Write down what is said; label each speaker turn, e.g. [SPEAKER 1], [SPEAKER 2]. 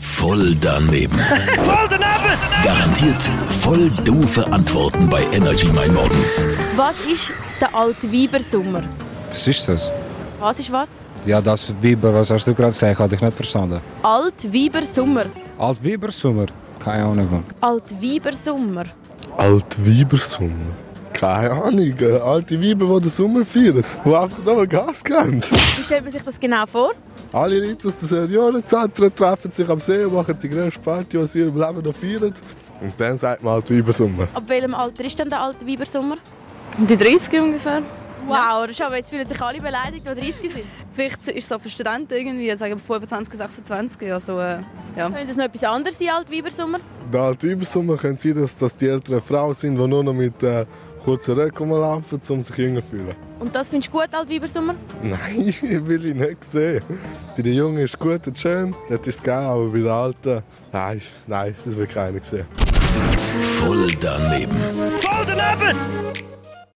[SPEAKER 1] voll daneben. Garantiert voll doofe Antworten bei Energy Mein Morgen.
[SPEAKER 2] Was ist der alte Weibersommer?
[SPEAKER 3] Was ist das?
[SPEAKER 2] Was ist was?
[SPEAKER 3] Ja, das Biber, was hast du gerade gesagt? Hatte ich nicht verstanden.
[SPEAKER 2] Alt Weibersommer.
[SPEAKER 3] Alt Bibersummer? Keine Ahnung. Mann.
[SPEAKER 2] Alt Weibersommer.
[SPEAKER 4] Altweibersommer. Keine Ahnung, äh, alte Weiber, die den Sommer feiern, die einfach noch Gas geben.
[SPEAKER 2] Wie stellt man sich das genau vor?
[SPEAKER 4] Alle Leute aus den Seniorenzentren treffen sich am See und machen die grösste Party, die sie in ihrem Leben noch feiern. Und dann sagt man halt Altweibersommer.
[SPEAKER 2] Ab welchem Alter ist denn der alte Weibersommer?
[SPEAKER 5] Um Die 30 ungefähr.
[SPEAKER 2] Wow, das ist aber jetzt fühlen sich alle beleidigt, die 30 sind.
[SPEAKER 5] Vielleicht ist es auch für Studenten irgendwie, sagen wir 25, 26, also äh, ja.
[SPEAKER 2] Könnte das noch etwas anderes sein, alt Weibersommer?
[SPEAKER 4] Der Altweibersommer könnte sein, dass, dass die älteren Frauen sind, die nur noch mit äh, kurzen Röcken laufen, um sich jünger zu fühlen.
[SPEAKER 2] Und das findest du gut, alt Weibersommer?
[SPEAKER 4] Nein, will ich nicht sehen. Bei den Jungen ist es gut und schön, das ist es geil, aber bei den Alten, nein, nein, das will keiner sehen.
[SPEAKER 1] Voll daneben.